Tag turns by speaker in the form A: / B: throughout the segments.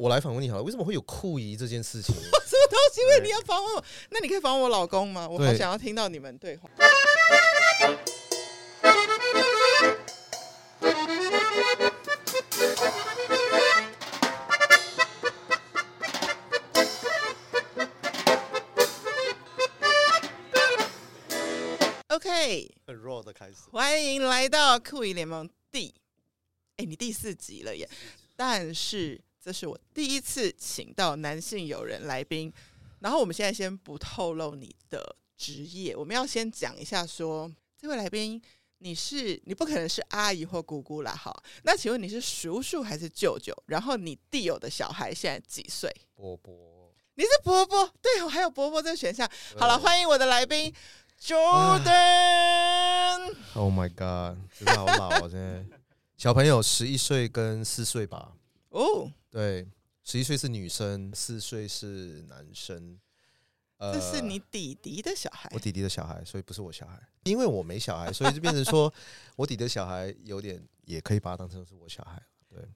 A: 我来访问你好了，为什么会有酷姨这件 事情？
B: 什么东西？因为你要访问我，那你可以访问我老公吗？我好
A: 对
B: 想要听到你们对话。OK，
C: 很弱的开始。
B: 欢迎来到酷姨联盟第，哎，你第四集了耶！但是这是我第一次请到男性友人来宾，然后我们现在先不透露你的职业，我们要先讲一下说，这位来宾你是你不可能是阿姨或姑姑啦，哈。那请问你是叔叔还是舅舅？然后你弟友的小孩现在几岁？
A: 波波，
B: 你是伯伯，对我还有伯伯这个选项。好了，
A: 对
B: 欢迎我的来宾 Jordan。
A: Oh my god，真的好老啊！现在 小朋友十一岁跟四岁吧，
B: 哦，
A: 对，十一岁是女生，四岁是男生。呃
B: 这是你弟弟的小孩
A: 我。弟弟的小孩，所以不是我小孩，因为我没小孩，所以就变成 说我弟弟的小孩有点也可以把它当成是我小孩。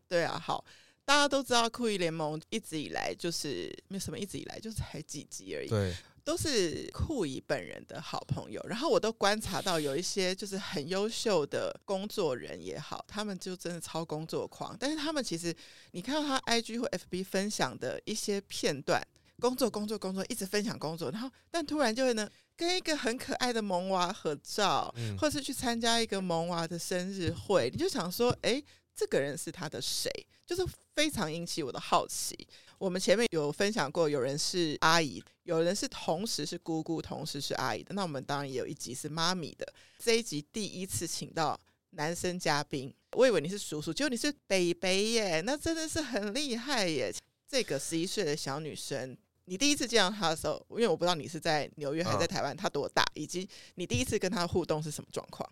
B: 对啊，好，大家都知道酷艺联盟一直以来就是没有什么，一直以来就才几集而已，
A: 对，
B: 都是酷姨本人的好朋友。然后我都观察到有一些就是很优秀的工作人也好，他们就真的超工作狂，但是他们其实你看到他 IG 或 FB 分享的一些片段。工作，工作，工作，一直分享工作，然后但突然就会呢，跟一个很可爱的萌娃合照，
A: 嗯，
B: 或是去参加一个萌娃的生日会，你就想说，哎、这个人是他的谁？就是非常引起我的好奇。我们前面有分享过，有人是阿姨，有人是同时是姑姑，同时是阿姨的。那我们当然也有一集是妈咪的。这一集第一次请到男生嘉宾，我以为你是叔叔，结果你是北北耶，那真的是很厉害耶！这个十一岁的小女生，你第一次见到她的时候，因为我不知道你是在纽约
A: 嗯
B: 还是在台湾，她多大，以及你第一次跟她互动是什么状况？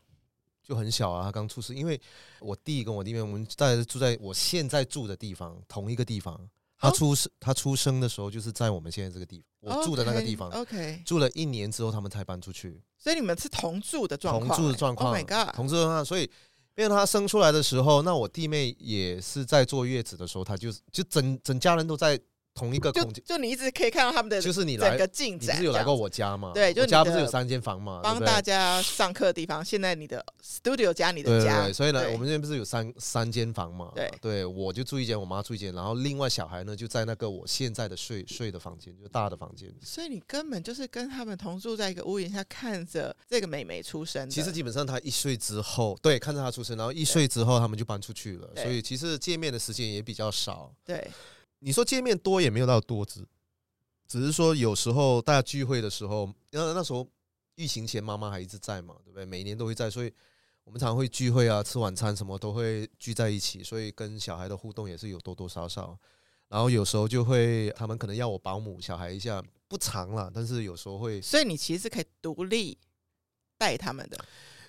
A: 就很小啊，他刚出世，因为我弟跟我弟妹，我们大概是住在我现在住的地方同一个地方。他
B: 哦
A: 出生，他出生的时候就是在我们现在这个地方，我住的那个地方。
B: OK，, 哦 OK
A: 住了一年之后，他们才搬出去，
B: 所以你们是同住的状
A: 同
B: 况、
A: 住的状况。
B: Oh my god！
A: 同住的状况，所以变成他生出来的时候，那我弟妹也是在坐月子的时候，他就就整整家人都在同一个
B: 就
A: 空间。
B: 就你一直可以看到他们的
A: 就是你来
B: 整个进
A: 你不
B: 展。
A: 是有来过
B: 这样
A: 我家吗？
B: 对就
A: 我
B: 你
A: 家
B: 的
A: 不是有三间房嘛，对不
B: 帮
A: 对
B: 大家上课的地方，现在你的 studio 加你
A: 对
B: 的
A: 对
B: 家，
A: 对，所以呢，
B: 对
A: 我们这边不是有三三间房嘛？
B: 对
A: 我就住一间，我妈住一间，然后另外小孩呢就在那个我现在的
B: 嗯
A: 睡睡的房间，就大的房间。
B: 所以你根本就是跟他们同住在一个屋檐下，看着这个美眉出生的。
A: 其实基本上他一岁之后，对，看着他出生，然后一岁之后他们就搬出去了，
B: 对
A: 所以其实见面的时间也比较少。
B: 对，
A: 你说见面多也没有到多只，只是说有时候大家聚会的时候，那那时候疫情前妈妈还一直在嘛，对不对？每年都会在，所以我们常会聚会啊，吃晚餐什么都会聚在一起，所以跟小孩的互动也是有多多少少。然后有时候就会，他们可能要我保姆小孩一下，不长了，但是有时候会
B: 所以你其实是可以独立带他们的，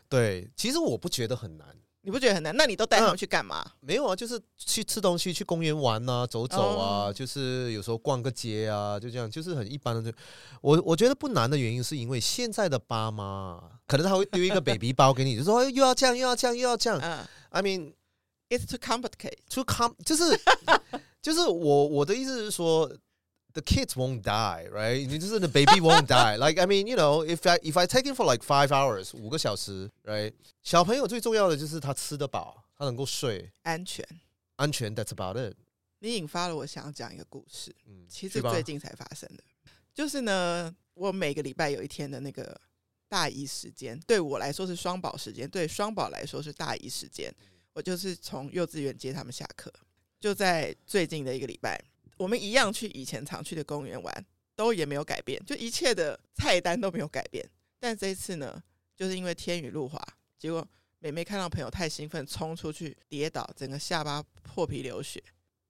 A: 对。其实我不觉得很难，
B: 你不觉得很难？那你都带
A: 嗯
B: 他们去干嘛？
A: 没有啊，就是去吃东西、去公园玩啊、走走啊，
B: 哦
A: 就是有时候逛个街啊，就这样，就是很一般的。就我我觉得不难的原因，是因为现在的爸妈可能他会丢一个 baby 包给你，就说哎又要这样，又要这样，又要这样。
B: 嗯
A: I mean
B: ，It's too complicated。
A: to come，就是 就是我我的意思是说。The kids won't die, right? 你就是 the baby won't die. Like I mean, you know, if I if I take it for like five hours，五个小时，right? 小朋友最重要的就是他吃得饱，他能够睡，
B: 安全。
A: 安全。That's about it.
B: 你引发了我想要讲一个故事，
A: 嗯，
B: 其
A: 去
B: 实
A: 吧
B: 最近才发生的，就是呢，我每个礼拜有一天的那个大一时间，对我来说是双宝时间，对双宝来说是大一时间。我就是从幼稚园接他们下课，就在最近的一个礼拜，我们一样去以前常去的公园玩，都也没有改变，就一切的菜单都没有改变。但这一次呢，就是因为天雨路滑，结果妹妹看到朋友太兴奋，冲出去跌倒，整个下巴破皮流血，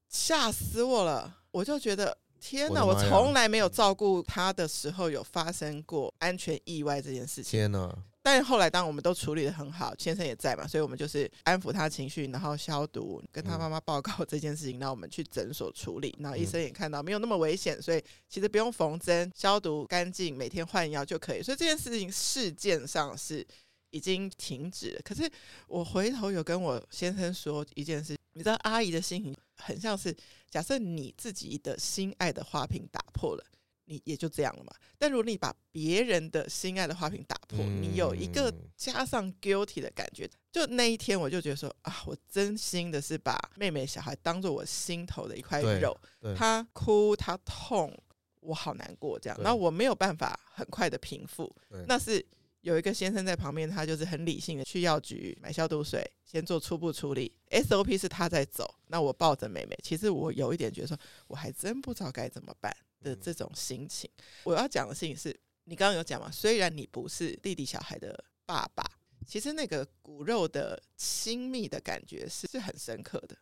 B: 吓死我了！我就觉得天哪，
A: 我
B: 我
A: 的妈呀
B: 从来没有照顾她的时候有发生过安全意外这件事情。
A: 天呐，
B: 但后来，当我们都处理的很好，先生也在嘛，所以我们就是安抚他情绪，然后消毒，跟他
A: 嗯
B: 妈妈报告这件事情，然后我们去诊所处理，然后医
A: 嗯
B: 生也看到没有那么危险，所以其实不用缝针，消毒干净，每天换药就可以。所以这件事情事件上是已经停止了。可是我回头有跟我先生说一件事，你知道阿姨的心情很像是，假设你自己的心爱的花瓶打破了，你也就这样了嘛。但如果你把别人的心爱的花瓶打破，你有一个
A: 嗯
B: 加上 guilty 的感觉。就那一天，我就觉得说啊，我真心的是把妹妹小孩当做我心头的一块
A: 对
B: 肉
A: 对，
B: 她哭，她痛，我好难过这样。
A: 对
B: 然后我没有办法很快的平复
A: 对，
B: 那是有一个先生在旁边，他就是很理性的去药局买消毒水，先做初步处理，SOP 是他在走。那我抱着妹妹，其实我有一点觉得说，我还真不知道该怎么办
A: 嗯
B: 的这种心情。我要讲的事情是，你刚刚有讲嘛，虽然你不是弟弟小孩的爸爸，其实那个骨肉的亲密的感觉是是很深刻的。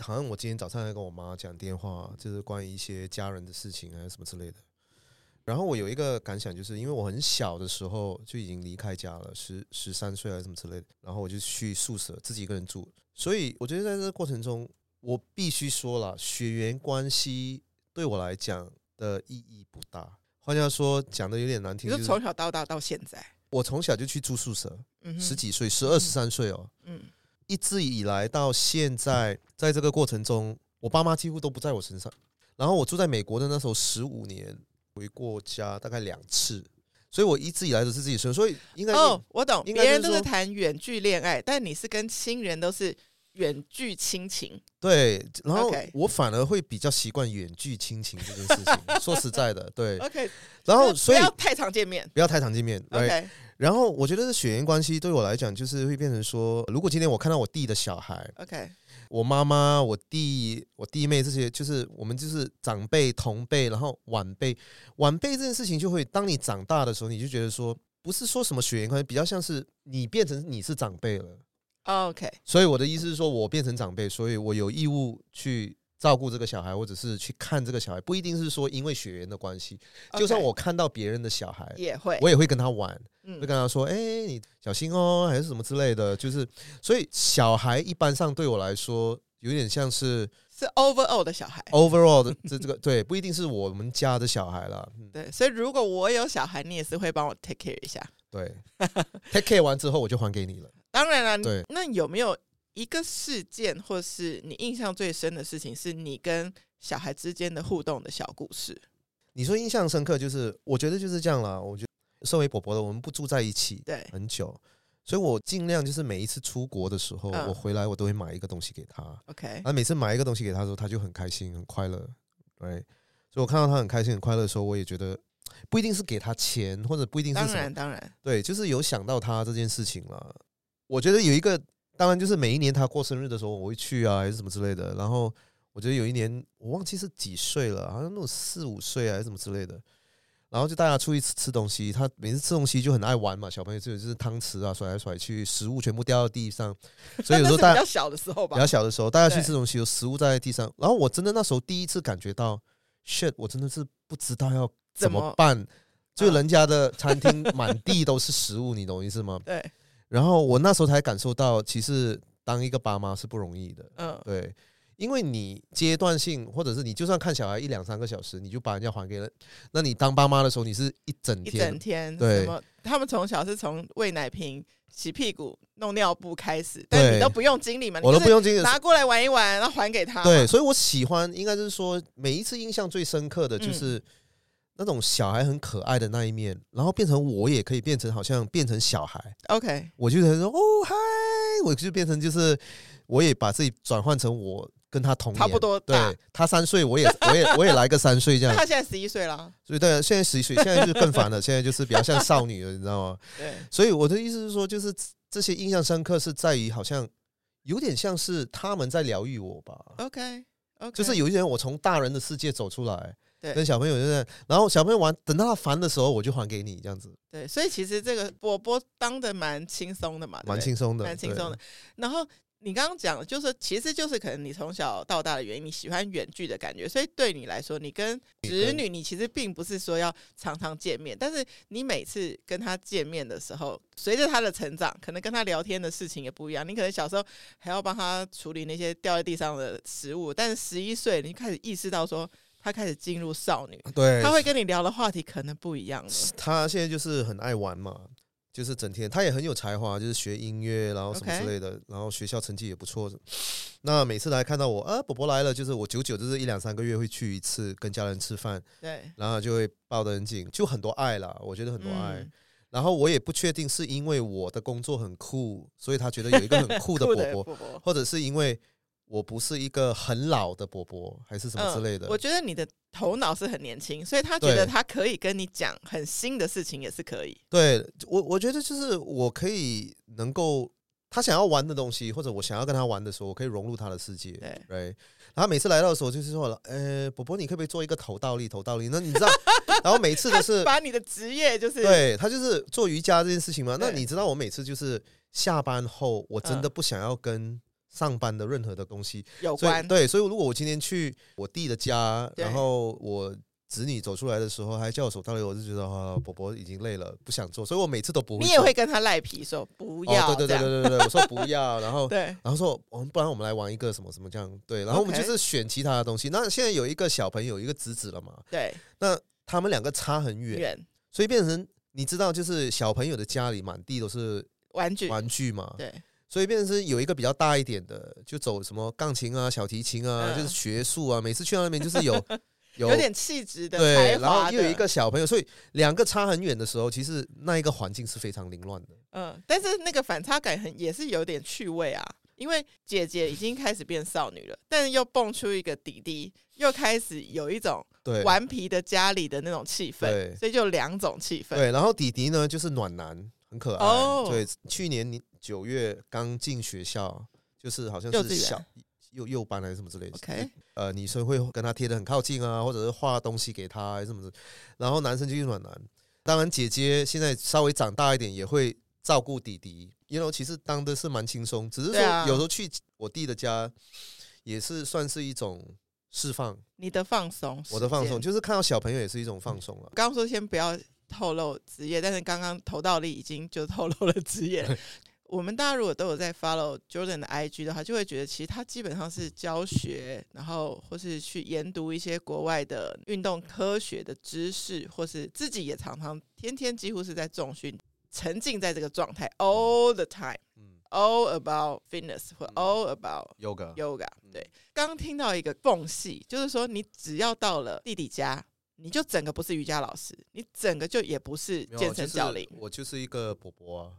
A: 好像我今天早上还跟我妈讲电话，就是关于一些家人的事情啊什么之类的。然后我有一个感想，就是因为我很小的时候就已经离开家了，十十三岁还是什么之类的，然后我就去宿舍自己一个人住，所以我觉得在这个过程中，我必须说了，血缘关系对我来讲的意义不大。换句话说，讲的有点难
B: 你
A: 听，
B: 说
A: 就是
B: 从小到大到现在，
A: 我从小就去住宿舍，
B: 嗯哼，
A: 十几岁，十二十三岁哦，
B: 嗯，
A: 一直以来到现在，在这个过程中，我爸妈几乎都不在我身上。然后我住在美国的那时候十五年，回过家大概两次，所以我一直以来都是自己生，所以应该
B: 哦，我懂，
A: 应该
B: 别
A: 就是
B: 人都是
A: 说
B: 谈远距恋爱，但你是跟亲人都是远距亲情，
A: 对。然后
B: OK
A: 我反而会比较习惯远距亲情这件事情。 说实在的，对。
B: OK，
A: 然后
B: 就是
A: 哦所以
B: 不要太常见面
A: 不要太常见面，对。
B: ，OK
A: 然后我觉得血缘关系对我来讲，就是会变成说，如果今天我看到我弟的小孩，
B: OK，
A: 我妈妈、我弟、我弟妹这些，就是我们就是长辈、同辈，然后晚辈。晚辈这件事情，就会当你长大的时候，你就觉得说，不是说什么血缘关系，比较像是你变成你是长辈了。
B: 哦 OK，
A: 所以我的意思是说，我变成长辈，所以我有义务去照顾这个小孩，或者是去看这个小孩，不一定是说因为血缘的关系。就算
B: OK，
A: 我看到别人的小孩，
B: 也会，
A: 我也会跟他玩。
B: 嗯
A: 会跟他说：“哎、你小心哦，还是什么之类的。”就是，所以小孩一般上对我来说，有点像是
B: 是 overall 的小孩，
A: 哦 overall 的这这个对，不一定是我们家的小孩啦。嗯，
B: 对，所以如果我有小孩，你也是会帮我 take care 一下。
A: 对，take care 完之后我就还给你了。
B: 当然了，
A: 对
B: 那有没有一个事件，或是你印象最深的事情，是你跟小孩之间的互动的小故事？
A: 你说印象深刻，就是我觉得就是这样啦。我觉得身为伯伯的，我们不住在一起
B: 对，
A: 很久，所以我尽量就是每一次出国的时候，
B: 嗯
A: 我回来我都会买一个东西给他。
B: OK，
A: 他每次买一个东西给他的时候，他就很开心、很快乐，对。所以我看到他很开心、很快乐的时候，我也觉得不一定是给他钱，或者不一定是
B: 当
A: 什么
B: 然，，当然，
A: 对，就是有想到他这件事情了。我觉得有一个，当然就是每一年他过生日的时候，我会去啊，还是什么之类的。然后我觉得有一年我忘记是几岁了，好像那种四五岁啊，还是什么之类的。然后就大家出去吃吃东西，他每次吃东西就很爱玩嘛，小朋友就就是汤匙啊甩来甩去，食物全部掉到地上，所以有时候
B: 那是
A: 大
B: 比
A: 家
B: 较小的时候吧
A: 比较。小的时候，大家去
B: 对
A: 吃东西，有食物在地上。然后我真的那时候第一次感觉到，shit，我真的是不知道要
B: 怎
A: 怎
B: 么
A: 么办。就
B: 啊
A: 人家的餐厅满地都是食物，你懂我意思 吗？
B: 对，
A: 然后我那时候才感受到，其实当一个爸妈是不容易的，
B: 嗯，
A: 对，因为你阶段性，或者是你就算看小孩一两三个小时，你就把人家还给了，那你当爸妈的时候，你是一整
B: 一
A: 天
B: 整天，
A: 对
B: 什么？他们从小是从喂奶瓶、洗屁股、弄尿布开始，但你
A: 对
B: 都不用经理嘛，你
A: 我都
B: 就
A: 不
B: 是
A: 用经
B: 拿过来玩一玩，然后还给他。
A: 对，，所以我喜欢，应该就是说，每一次印象最深刻的
B: 嗯
A: 就是那种小孩很可爱的那一面，然后变成我也可以变成好像变成小孩，
B: OK，
A: 我就能说哦嗨，我就变成就是我也把自己转换成我跟他同年
B: 差不多
A: 对
B: 大
A: 他三岁，我也我也我也来个三岁这
B: 那
A: 样，
B: 他现在十一岁了，
A: 所以对，啊现在十一岁，现在就更烦了，现在就是比较像少女了，你知道吗？
B: 对，
A: 所以我的意思是说，就是这些印象深刻是在于好像有点像是他们在疗愈我吧。
B: OK OK，
A: 就是有一些人，我从大人的世界走出来，
B: 对
A: 跟小朋友就是，然后小朋友玩，等到他烦的时候，我就还给你，这样子
B: 对，所以其实这个波波当的蛮轻松的嘛，对不
A: 蛮
B: 对
A: 轻松的，
B: 蛮轻松的。然后你刚刚讲的就是，其实就是可能你从小到大的原因，你喜欢远距的感觉，所以对你来说，你跟侄女你其实并不是说要常常见面，但是你每次跟她见面的时候，随着她的成长，可能跟她聊天的事情也不一样。你可能小时候还要帮她处理那些掉在地上的食物，但是十一岁你就开始意识到说，她开始进入少女，
A: 对。
B: 她
A: 对，
B: 会跟你聊的话题可能不一样了。
A: 他现在就是很爱玩嘛，就是整天他也很有才华，就是学音乐，然后什么
B: OK
A: 之类的然后学校成绩也不错。那每次来看到我啊，伯伯来了，就是我久久就是一两三个月会去一次，跟家人吃饭，
B: 对，
A: 然后就会抱得很紧，就很多爱啦，我觉得很多爱。
B: 嗯
A: 然后我也不确定是因为我的工作很酷，所以他觉得有一个很酷的
B: 酷
A: 伯
B: 的
A: 伯，
B: 伯伯
A: 或者是因为我不是一个很老的伯伯，还是什么之类的。
B: 嗯我觉得你的头脑是很年轻，所以他觉
A: 对
B: 得他可以跟你讲很新的事情，也是可以。
A: 对我，我觉得就是我可以能够他想要玩的东西，或者我想要跟他玩的时候，我可以融入他的世界。
B: 对，
A: 对，然后每次来到的时候就是说了，呃，伯伯，你可不可以做一个头倒立？头倒立？那你知道，然后每次都 是
B: 把你的职业就是
A: 对他就是做瑜伽这件事情嘛。那
B: 对嗯
A: 你知道我每次就是下班后，我真的不想要跟上班的任何的东西
B: 有
A: 所
B: 关
A: 以，对，所以如果我今天去我弟的家，
B: 对
A: 然后我子女走出来的时候还叫我手套流，我就觉得啊，伯伯已经累了，不想做，所以我每次都不会做。
B: 你也会跟他赖皮说不要、
A: 哦，对对
B: 这样
A: 对对对对，我说不要，然后。
B: 对
A: 然后说，我们不然我们来玩一个什么什么这样，对，然后我们就
B: OK
A: 是选其他的东西。那现在有一个小朋友，一个侄子了嘛，
B: 对
A: 他们两个差很远，
B: 远
A: 所以变成你知道，就是小朋友的家里满地都是
B: 玩具
A: 玩具嘛，
B: 对
A: 所以变成是有一个比较大一点的，就走什么钢琴啊、小提琴啊，
B: 嗯
A: 就是学术啊。每次去到那边就是 有有
B: 有点气质的
A: 对
B: 才，
A: 然后
B: 华的，
A: 又有一个小朋友，所以两个差很远的时候，其实那一个环境是非常凌乱的。
B: 嗯，但是那个反差感很也是有点趣味啊，因为姐姐已经开始变少女了，但是又蹦出一个弟弟，又开始有一种
A: 对，
B: 顽皮的家里的那种气氛
A: 对，
B: 所以就两种气氛。
A: 对，然后弟弟呢就是暖男，很可爱。
B: 哦
A: 对，去年你九月刚进学校，就是好像
B: 幼稚
A: 是
B: 园
A: 小幼幼班还是什么之类的。
B: OK，
A: 呃，女生会跟他贴的很靠近啊，或者是画东西给他还是什么的，然后男生就是暖男。当然，姐姐现在稍微长大一点，也会照顾弟弟。因为其实当的是蛮轻松，只是说
B: 对啊
A: 有时候去我弟的家，也是算是一种释放，
B: 你的放松，
A: 我的放松，。就是看到小朋友也是一种
B: 嗯
A: 放松了。啊
B: 刚刚说先不要透露职业，但是刚刚投到力已经就透露了职业了。我们大家如果都有在 follow Jordan 的 IG 的话，就会觉得其实他基本上是教学，然后或是去研读一些国外的运动科学的知识，或是自己也常常天天几乎是在重训，沉浸在这个状态 all the time，all
A: 嗯
B: about fitness 或
A: 嗯
B: all about
A: ，yoga，
B: yoga
A: 嗯
B: 对，刚听到一个缝隙，就是说你只要到了弟弟家，你就整个不是瑜伽老师，你整个就也不是
A: 没有
B: 健身教练。
A: 就是我就是一个伯伯啊，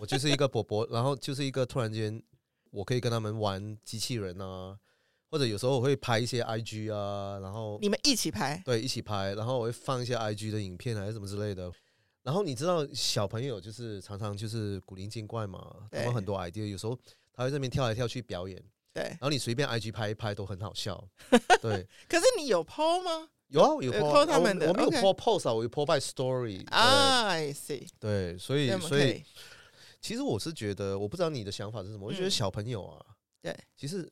A: 我就是一个伯伯，然后就是一个突然间，我可以跟他们玩机器人啊，或者有时候我会拍一些 IG 啊，然后
B: 你们一起拍，
A: 对一起拍，然后我会放一些 IG 的影片还是什么之类的。然后你知道小朋友就是常常就是古灵精怪嘛，他
B: 对
A: 们很多 idea，有时候他会这边跳来跳去表演，
B: 对
A: 然。后你随便 IG 拍一拍都很好 笑。对，
B: 可是你有 PO 吗？
A: 有啊，我有
B: 有
A: po 啊
B: po 呃他
A: 啊我
B: 们的
A: 我没有
B: OK
A: po post 啊，我有 po by story 啊，
B: 啊，I see，
A: 对，所以
B: 那么
A: 所
B: 可
A: 以
B: 以，
A: 其实我是觉得，我不知道你的想法是什么，我就觉
B: 嗯
A: 得小朋友啊，
B: 对，
A: 其实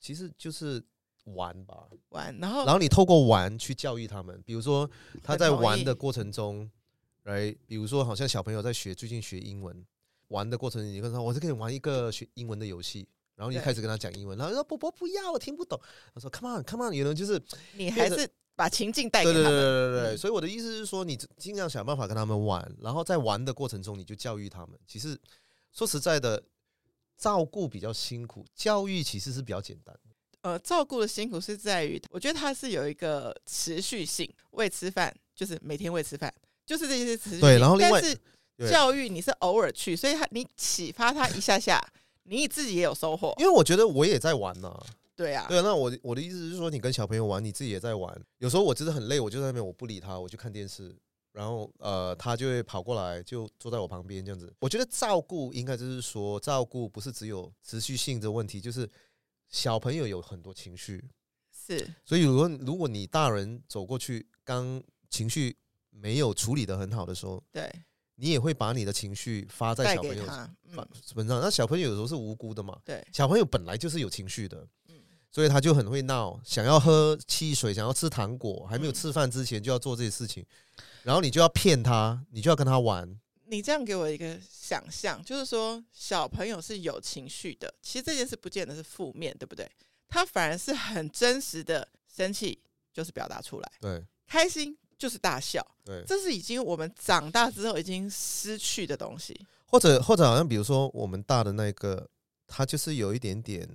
A: 其实就是玩吧，
B: 玩，然后
A: 然后你透过玩去教育他们，比如说他
B: 很
A: 在
B: 哦同
A: 玩
B: 意
A: 的过程中，来，比如说好像小朋友在学最近学英文，玩的过程你跟他说，我在跟你玩一个学英文的游戏。然后你就
B: 对
A: 开始跟他讲英文，然后他说不不不要，我听不懂。他说 Come on，Come on，you know，就是
B: 你还是把情境带给
A: 对对
B: 他
A: 对
B: 们。
A: 对对对，
B: 嗯
A: 所以我的意思是说，你尽量想办法跟他们玩，然后在玩的过程中，你就教育他们。其实说实在的，照顾比较辛苦，教育其实是比较简单的。
B: 呃，照顾的辛苦是在于，我觉得它是有一个持续性，喂吃饭就是每天喂吃饭，就是这些持续性。
A: 对然后另外
B: 但是
A: 对
B: 教育你是偶尔去，所以他你启发他一下下，你自己也有收获。
A: 因为我觉得我也在玩呐、
B: 对啊，
A: 对啊，那我我的意思是说，你跟小朋友玩，你自己也在玩。有时候我真的很累，我就在那边我不理他，我就看电视。然后呃，他就会跑过来，就坐在我旁边这样子。我觉得照顾应该就是说，照顾不是只有持续性的问题，就是小朋友有很多情绪，
B: 是
A: 所以如果如果你大人走过去，刚情绪没有处理的很好的时候，
B: 对，
A: 你也会把你的情绪发在
B: 带
A: 小
B: 给
A: 朋友
B: 他，嗯，
A: 身上。那小朋友有时候是无辜的嘛，
B: 对，
A: 小朋友本来就是有情绪的
B: 嗯，
A: 所以他就很会闹，想要喝汽水，想要吃糖果，还没有
B: 嗯
A: 吃饭之前就要做这些事情，然后你就要骗他，你就要跟他玩。
B: 你这样给我一个想象，就是说小朋友是有情绪的，其实这件事不见得是负面，对不对？他反而是很真实的生气，就是表达出来；
A: 对
B: 开心就是大笑，
A: 对，
B: 这是已经我们长大之后已经失去的东西。
A: 或者或者好像比如说我们大的那个，他就是有一点点，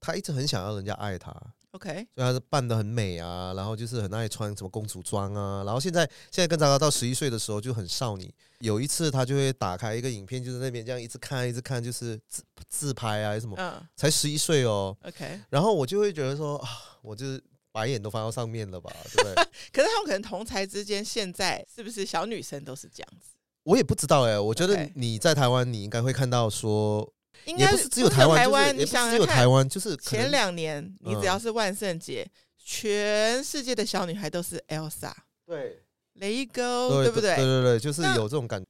A: 他一直很想要人家爱他，
B: OK，
A: 所以他是扮的很美啊，然后就是很爱穿什么公主装啊，然后现在现在更糟糕，到十一岁的时候就很少女。有一次他就会打开一个影片，就在那边这样一直看一直看，就是自自拍啊什么，
B: 嗯
A: 才十一岁哦。
B: ，OK，
A: 然后我就会觉得说啊，我就是白眼都翻到上面了吧，对不对？
B: 可是他们可能同才之间现在是不是小女生都是这样子？
A: 我也不知道哎、我觉得
B: OK
A: 你在台湾，你应该会看到说，
B: 应
A: 也
B: 该
A: 不是只有
B: 不
A: 台湾，
B: 台
A: 就是
B: 湾，
A: 也
B: 你
A: 不是
B: 想
A: 只
B: 想
A: 有台
B: 看，
A: 湾，就是可能嗯
B: 前两年你只要是万圣节，全世界的小女孩都是 Elsa、
A: 对
B: Let It Go，对不
A: 对
B: 对？
A: 对对，就是
B: 那
A: 有这种感觉。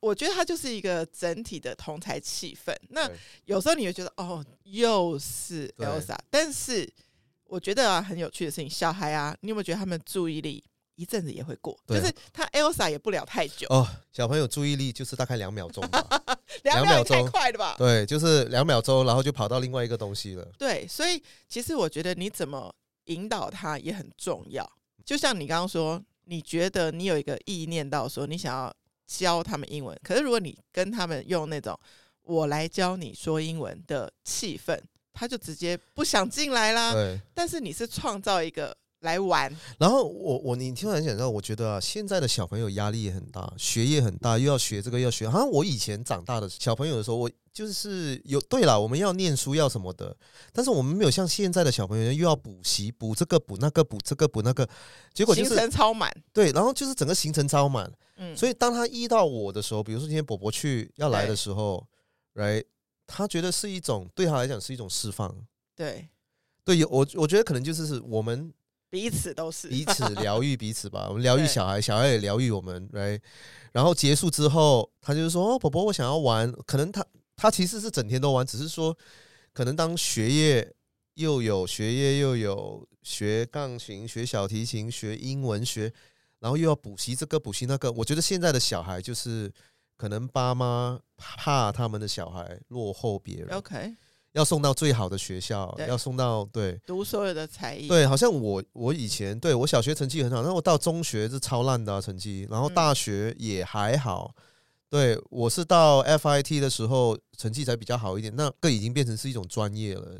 B: 我觉得它就是一个整体的同才气氛。那
A: 对
B: 有时候你会觉得哦，又是
A: 对
B: Elsa，但是我觉得啊，很有趣的事情，小孩啊，你有没有觉得他们注意力一阵子也会过？
A: 对啊
B: 就是他 Elsa 也不了太久，
A: 哦，小朋友注意力就是大概两秒钟吧。
B: 两
A: 秒
B: 秒也太
A: 钟
B: 快了吧？
A: 对，就是两秒钟，然后就跑到另外一个东西了。
B: 对，所以其实我觉得你怎么引导他也很重要。就像你刚刚说，你觉得你有一个意念到说你想要教他们英文，可是如果你跟他们用那种“我来教你说英文”的气氛，他就直接不想进来啦。
A: 对，
B: 但是你是创造一个来玩，
A: 然后我我你突然想到，我觉得啊，现在的小朋友压力也很大，学业很大，又要学这个，又要学。好像我以前长大的小朋友的时候，我就是有对啦，我们要念书要什么的，但是我们没有像现在的小朋友又要补习，补这个补那个，补这个补那个，结果就
B: 行
A: 是
B: 程超满。
A: 对，然后就是整个行程超满。
B: 嗯，
A: 所以当他遇到我的时候，比如说今天伯伯去要来的
B: 对
A: 时候，来，他觉得是一种对他来讲是一种释放。
B: 对，
A: 对，有我我觉得可能就是是我们
B: 彼此都是。
A: 彼此疗愈彼此吧，我们疗愈
B: 对
A: 小孩，小孩也疗愈我们，来，然后结束之后，他就是说，哦，宝宝，我想要玩，可能他他其实是整天都玩，只是说，可能当学业又有学业又有学钢琴、学小提琴、学英文学，然后又要补习这个补习那个，我觉得现在的小孩就是可能爸妈怕他们的小孩落后别人，
B: OK，
A: 要送到最好的学校，
B: 对
A: 要送到对。
B: 读所有的才艺。
A: 对，好像我我以前对我小学成绩很好，但我到中学是超烂的、啊、成绩，然后
B: 嗯
A: 大学也还好。对我是到 FIT 的时候成绩才比较好一点，那个已经变成是一种专业了。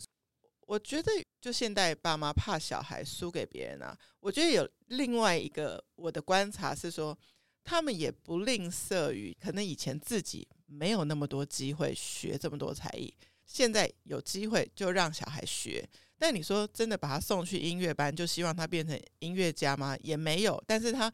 B: 我觉得就现代爸妈怕小孩输给别人啊，我觉得有另外一个我的观察是说，他们也不吝啬于可能以前自己没有那么多机会学这么多才艺，现在有机会就让小孩学。但你说真的把他送去音乐班，就希望他变成音乐家吗？也没有。但是他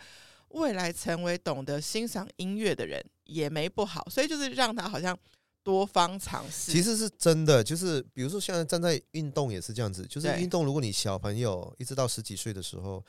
B: 未来成为懂得欣赏音乐的人也没不好，所以就是让他好像多方尝试。
A: 其实是真的，就是比如说现在站在运动也是这样子，就是
B: 对
A: 运动，如果你小朋友一直到十几岁的时候，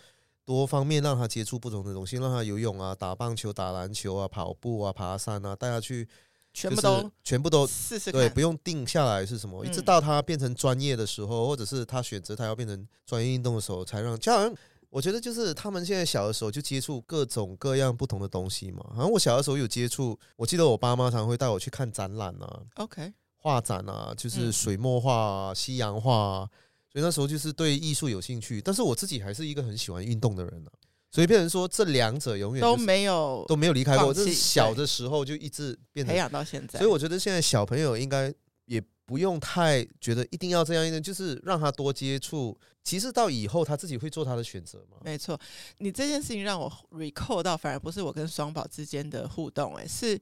A: 多方面让他接触不同的东西，让他游泳啊、打棒球、打篮球啊、跑步啊、爬山啊，带他去
B: 全
A: 就
B: 部
A: 是
B: 都
A: 全部都
B: 试试看，
A: 对，不用定下来是什么，一直
B: 嗯
A: 到他变成专业的时候，或者是他选择他要变成专业运动的时候，才让就好像我觉得就是他们现在小的时候就接触各种各样不同的东西嘛。好像我小的时候有接触，我记得我爸妈常会带我去看展览啊、
B: OK。
A: 画展啊，就是
B: 嗯
A: 水墨画啊、西洋画啊，所以那时候就是对艺术有兴趣。但是我自己还是一个很喜欢运动的人啊，所以变成说这两者永远
B: 都
A: 就是
B: 没有
A: 都没有离开过。
B: 放
A: 这是
B: 弃
A: 小
B: 对
A: 的时候就一直变成
B: 培养到现在，
A: 所以我觉得现在小朋友应该也不用太觉得一定要这样，因为就是让他多接触。其实到以后他自己会做他的选择嘛。
B: 没错。你这件事情让我 recall 到，反而不是我跟双宝之间的互动、哎，是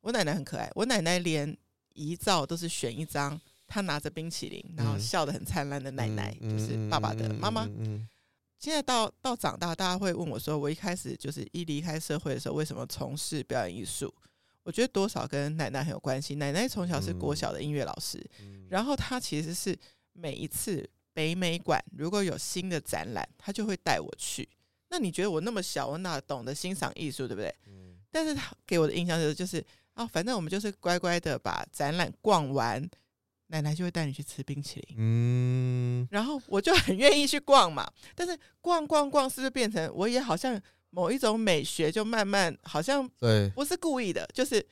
B: 我奶奶很可爱。我奶奶连遗照都是选一张，她拿着冰淇淋，然后
A: 嗯
B: 笑得很灿烂的奶奶，
A: 嗯
B: 就是爸爸的妈妈。
A: 嗯嗯
B: 现在到到长大，大家会问我说，我一开始就是一离开社会的时候，为什么从事表演艺术？我觉得多少跟奶奶很有关系。奶奶从小是国
A: 嗯
B: 小的音乐老师，
A: 嗯
B: 然后他其实是每一次北美馆如果有新的展览，他就会带我去。那你觉得我那么小，我哪懂得欣赏艺术，对不对？
A: 嗯
B: 但是他给我的印象就是，就是啊，反正我们就是乖乖的把展览逛完，奶奶就会带你去吃冰淇淋，
A: 嗯，
B: 然后我就很愿意去逛嘛。但是逛逛逛，是不是变成我也好像某一种美学，就慢慢好像
A: 对
B: 不是故意的，就是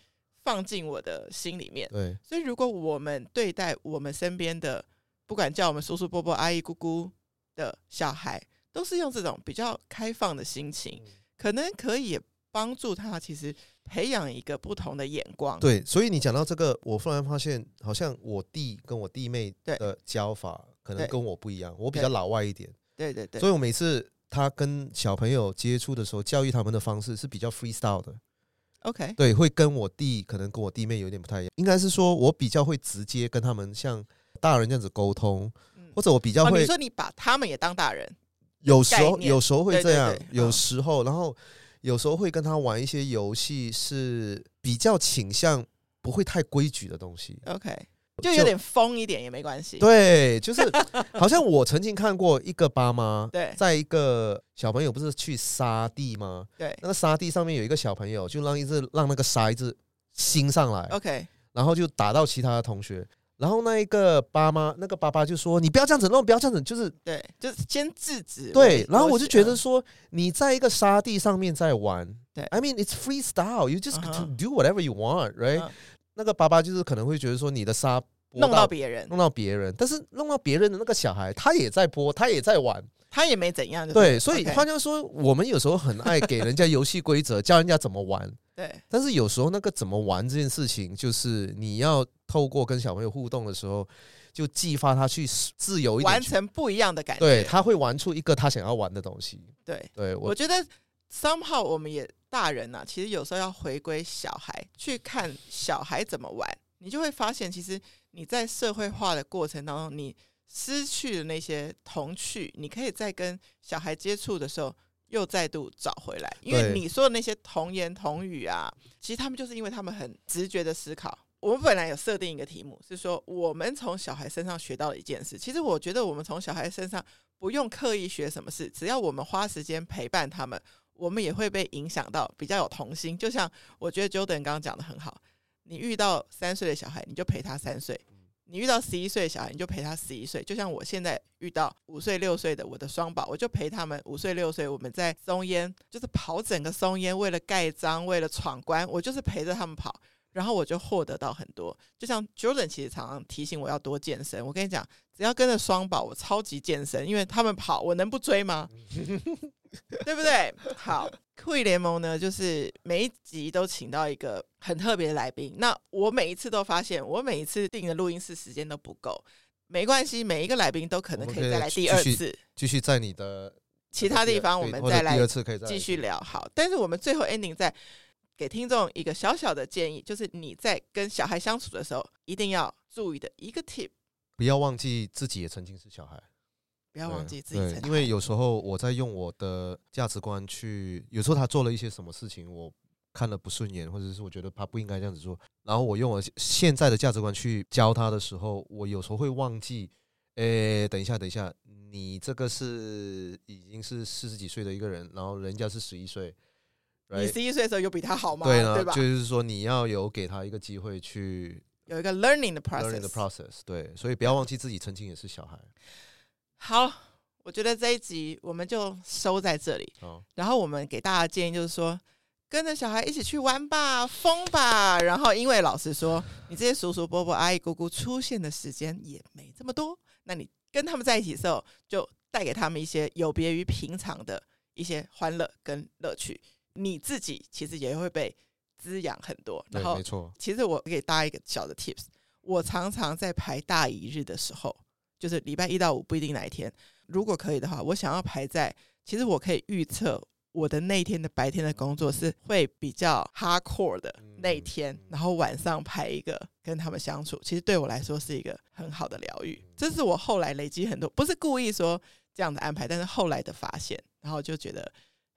B: 放进我的心里面。
A: 对，
B: 所以，如果我们对待我们身边的，不管叫我们叔叔、
A: 嗯
B: 伯伯、阿姨、姑姑的小孩，都是用这种比较开放的心情，可能可以帮助他，其实培养一个不同的眼光。
A: 对，所以你讲到这个，我突然发现，好像我弟跟我弟妹
B: 对
A: 的教法可能
B: 对
A: 跟我不一样，我比
B: 对
A: 较老外一点，
B: 对对对
A: 所以我每次他跟小朋友接触的时候，教育他们的方式是比较 freestyle 的，
B: ，OK，
A: 对，会跟我弟可能跟我弟妹有点不太一样，应该是说我比较会直接跟他们像大人这样子沟通，
B: 嗯
A: 或者我比较
B: 哦，
A: 会
B: 你说你把他们也当大人，
A: 有时
B: 概
A: 候
B: 念
A: 有时候会
B: 对
A: 这
B: 对
A: 样
B: 对，
A: 有
B: 嗯
A: 时候，然后有时候会跟他玩一些游戏，是比较倾向不会太规矩的东西，
B: OK，就有点疯一点也没关系。
A: 对，就是 好像我曾经看过一个爸妈，
B: 对
A: 在一个小朋友不是去沙地吗？
B: 对
A: 那个沙地上面有一个小朋友，就让一只让那个沙一直新上来，
B: ，OK，
A: 然后就打到其他的同学。然后那一个爸妈，那个爸爸就说：“你不要这样子弄，不要这样子，就是
B: 对，就是先制止。
A: 对，然后我就觉得
B: 嗯
A: 说，你在一个沙地上面在玩，
B: 对
A: ，I mean it's freestyle, you just
B: 嗯哼
A: do whatever you want, right？、
B: 嗯
A: 那个爸爸就是可能会觉得说，你的沙拨
B: 弄到别人，
A: 弄到别人，但是弄到别人的那个小孩，他也在播，他也在玩，
B: 他也没怎样就
A: 对，所以
B: OK
A: 换句话说，我们有时候很爱给人家游戏规则，教人家怎么玩，
B: 对
A: 但是有时候那个怎么玩这件事情，就是你要透过跟小朋友互动的时候，就激发他去自由一点
B: 完
A: 去，
B: 成不一样的感觉。
A: 对，他会玩出一个他想要玩的东西，
B: 对
A: 对我
B: 我觉得 somehow 我们也大人呐、其实有时候要回归小孩，去看小孩怎么玩，你就会发现，其实你在社会化的过程当中，你失去了那些童趣，你可以在跟小孩接触的时候。又再度找回来，因为
A: 对
B: 你说的那些童言童语啊，其实他们就是因为他们很直觉的思考。我们本来有设定一个题目，是说我们从小孩身上学到的一件事。其实我觉得我们从小孩身上不用刻意学什么事，只要我们花时间陪伴他们，我们也会被影响到，比较有童心。就像我觉得 Jordan 刚刚讲的很好，你遇到三岁的小孩，你就陪他三岁；你遇到十一岁的小孩，你就陪他十一岁。就像我现在遇到五岁、六岁的我的双宝，我就陪他们五岁、六岁，我们在松烟，就是跑整个松烟，为了盖章，为了闯关，我就是陪着他们跑。然后我就获得到很多，就像 Jordan 其实常常提醒我要多健身。我跟你讲，只要跟着双宝，我超级健身，因为他们跑，我能不追吗？ 对不对？好，酷艺联盟呢，就是每一集都请到一个很特别的来宾。那我每一次都发现，我每一次定的录音室时间都不够。没关系，每一个来宾都可能可以再来第二
A: 我们可以继
B: 次，
A: 继续在你的
B: 其他地方我
A: 对
B: 们
A: 或者
B: 再来
A: 第二次可以再来
B: 继续聊好，但是我们最后 ending 在给听众一个小小的建议，就是你在跟小孩相处的时候，一定要注意的一个 tip，
A: 不要忘记自己也曾经是小孩，
B: 不要忘记自己
A: 对
B: 成
A: 因为有时候我在用我的价值观去，有时候他做了一些什么事情，我看了不顺眼，或者是我觉得他不应该这样子做，然后我用我现在的价值观去教他的时候，我有时候会忘记，诶，等一下，等一下，你这个是已经是四十几岁的一个人，然后人家是十一岁
B: 你
A: ，right？
B: 十一岁的时候有比他好吗？
A: 哎对
B: 对
A: 呢，
B: 吧
A: 就？是说你要有给他一个机会去
B: 有一个 learning 的
A: learning the
B: process。
A: process，对，所以不要忘记自己曾经也是小孩。
B: 好，我觉得这一集我们就收在这里。
A: 哦，
B: 然后我们给大家建议就是说，跟着小孩一起去玩吧，疯吧。然后因为老实说，你这些叔叔伯伯、阿姨姑姑出现的时间也没这么多，那你跟他们在一起的时候，就带给他们一些有别于平常的一些欢乐跟乐趣。你自己其实也会被滋养很多，
A: 对
B: 然，后
A: 没错，
B: 其实我给大家一个小的 tips，我常常在排大一日的时候，就是礼拜一到五不一定哪一天，如果可以的话，我想要排在，其实我可以预测我的那一天的白天的工作是会比较 hardcore 的那一天，然后晚上排一个跟他们相处，其实对我来说是一个很好的疗愈。这是我后来累积很多，不是故意说这样的安排，但是后来的发现，然后就觉得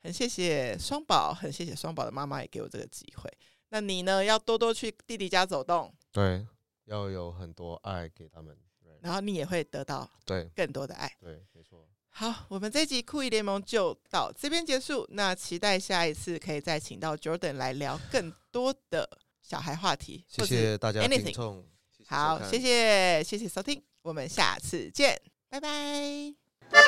B: 很谢谢双宝，很谢谢双宝的妈妈也给我这个机会。那你呢？要多多去弟弟家走动，
A: 对，要有很多爱给他们。对
B: 然后你也会得到
A: 对
B: 更多的爱。
A: 对，没错。
B: 好，我们这集酷艺联盟就到这边结束。那期待下一次可以再请到 Jordan 来聊更多的小孩话题。
A: 谢谢大家
B: anything
A: 听众，谢谢收
B: 或是。好，
A: 看
B: 谢谢，谢谢收听，我们下次见，拜拜。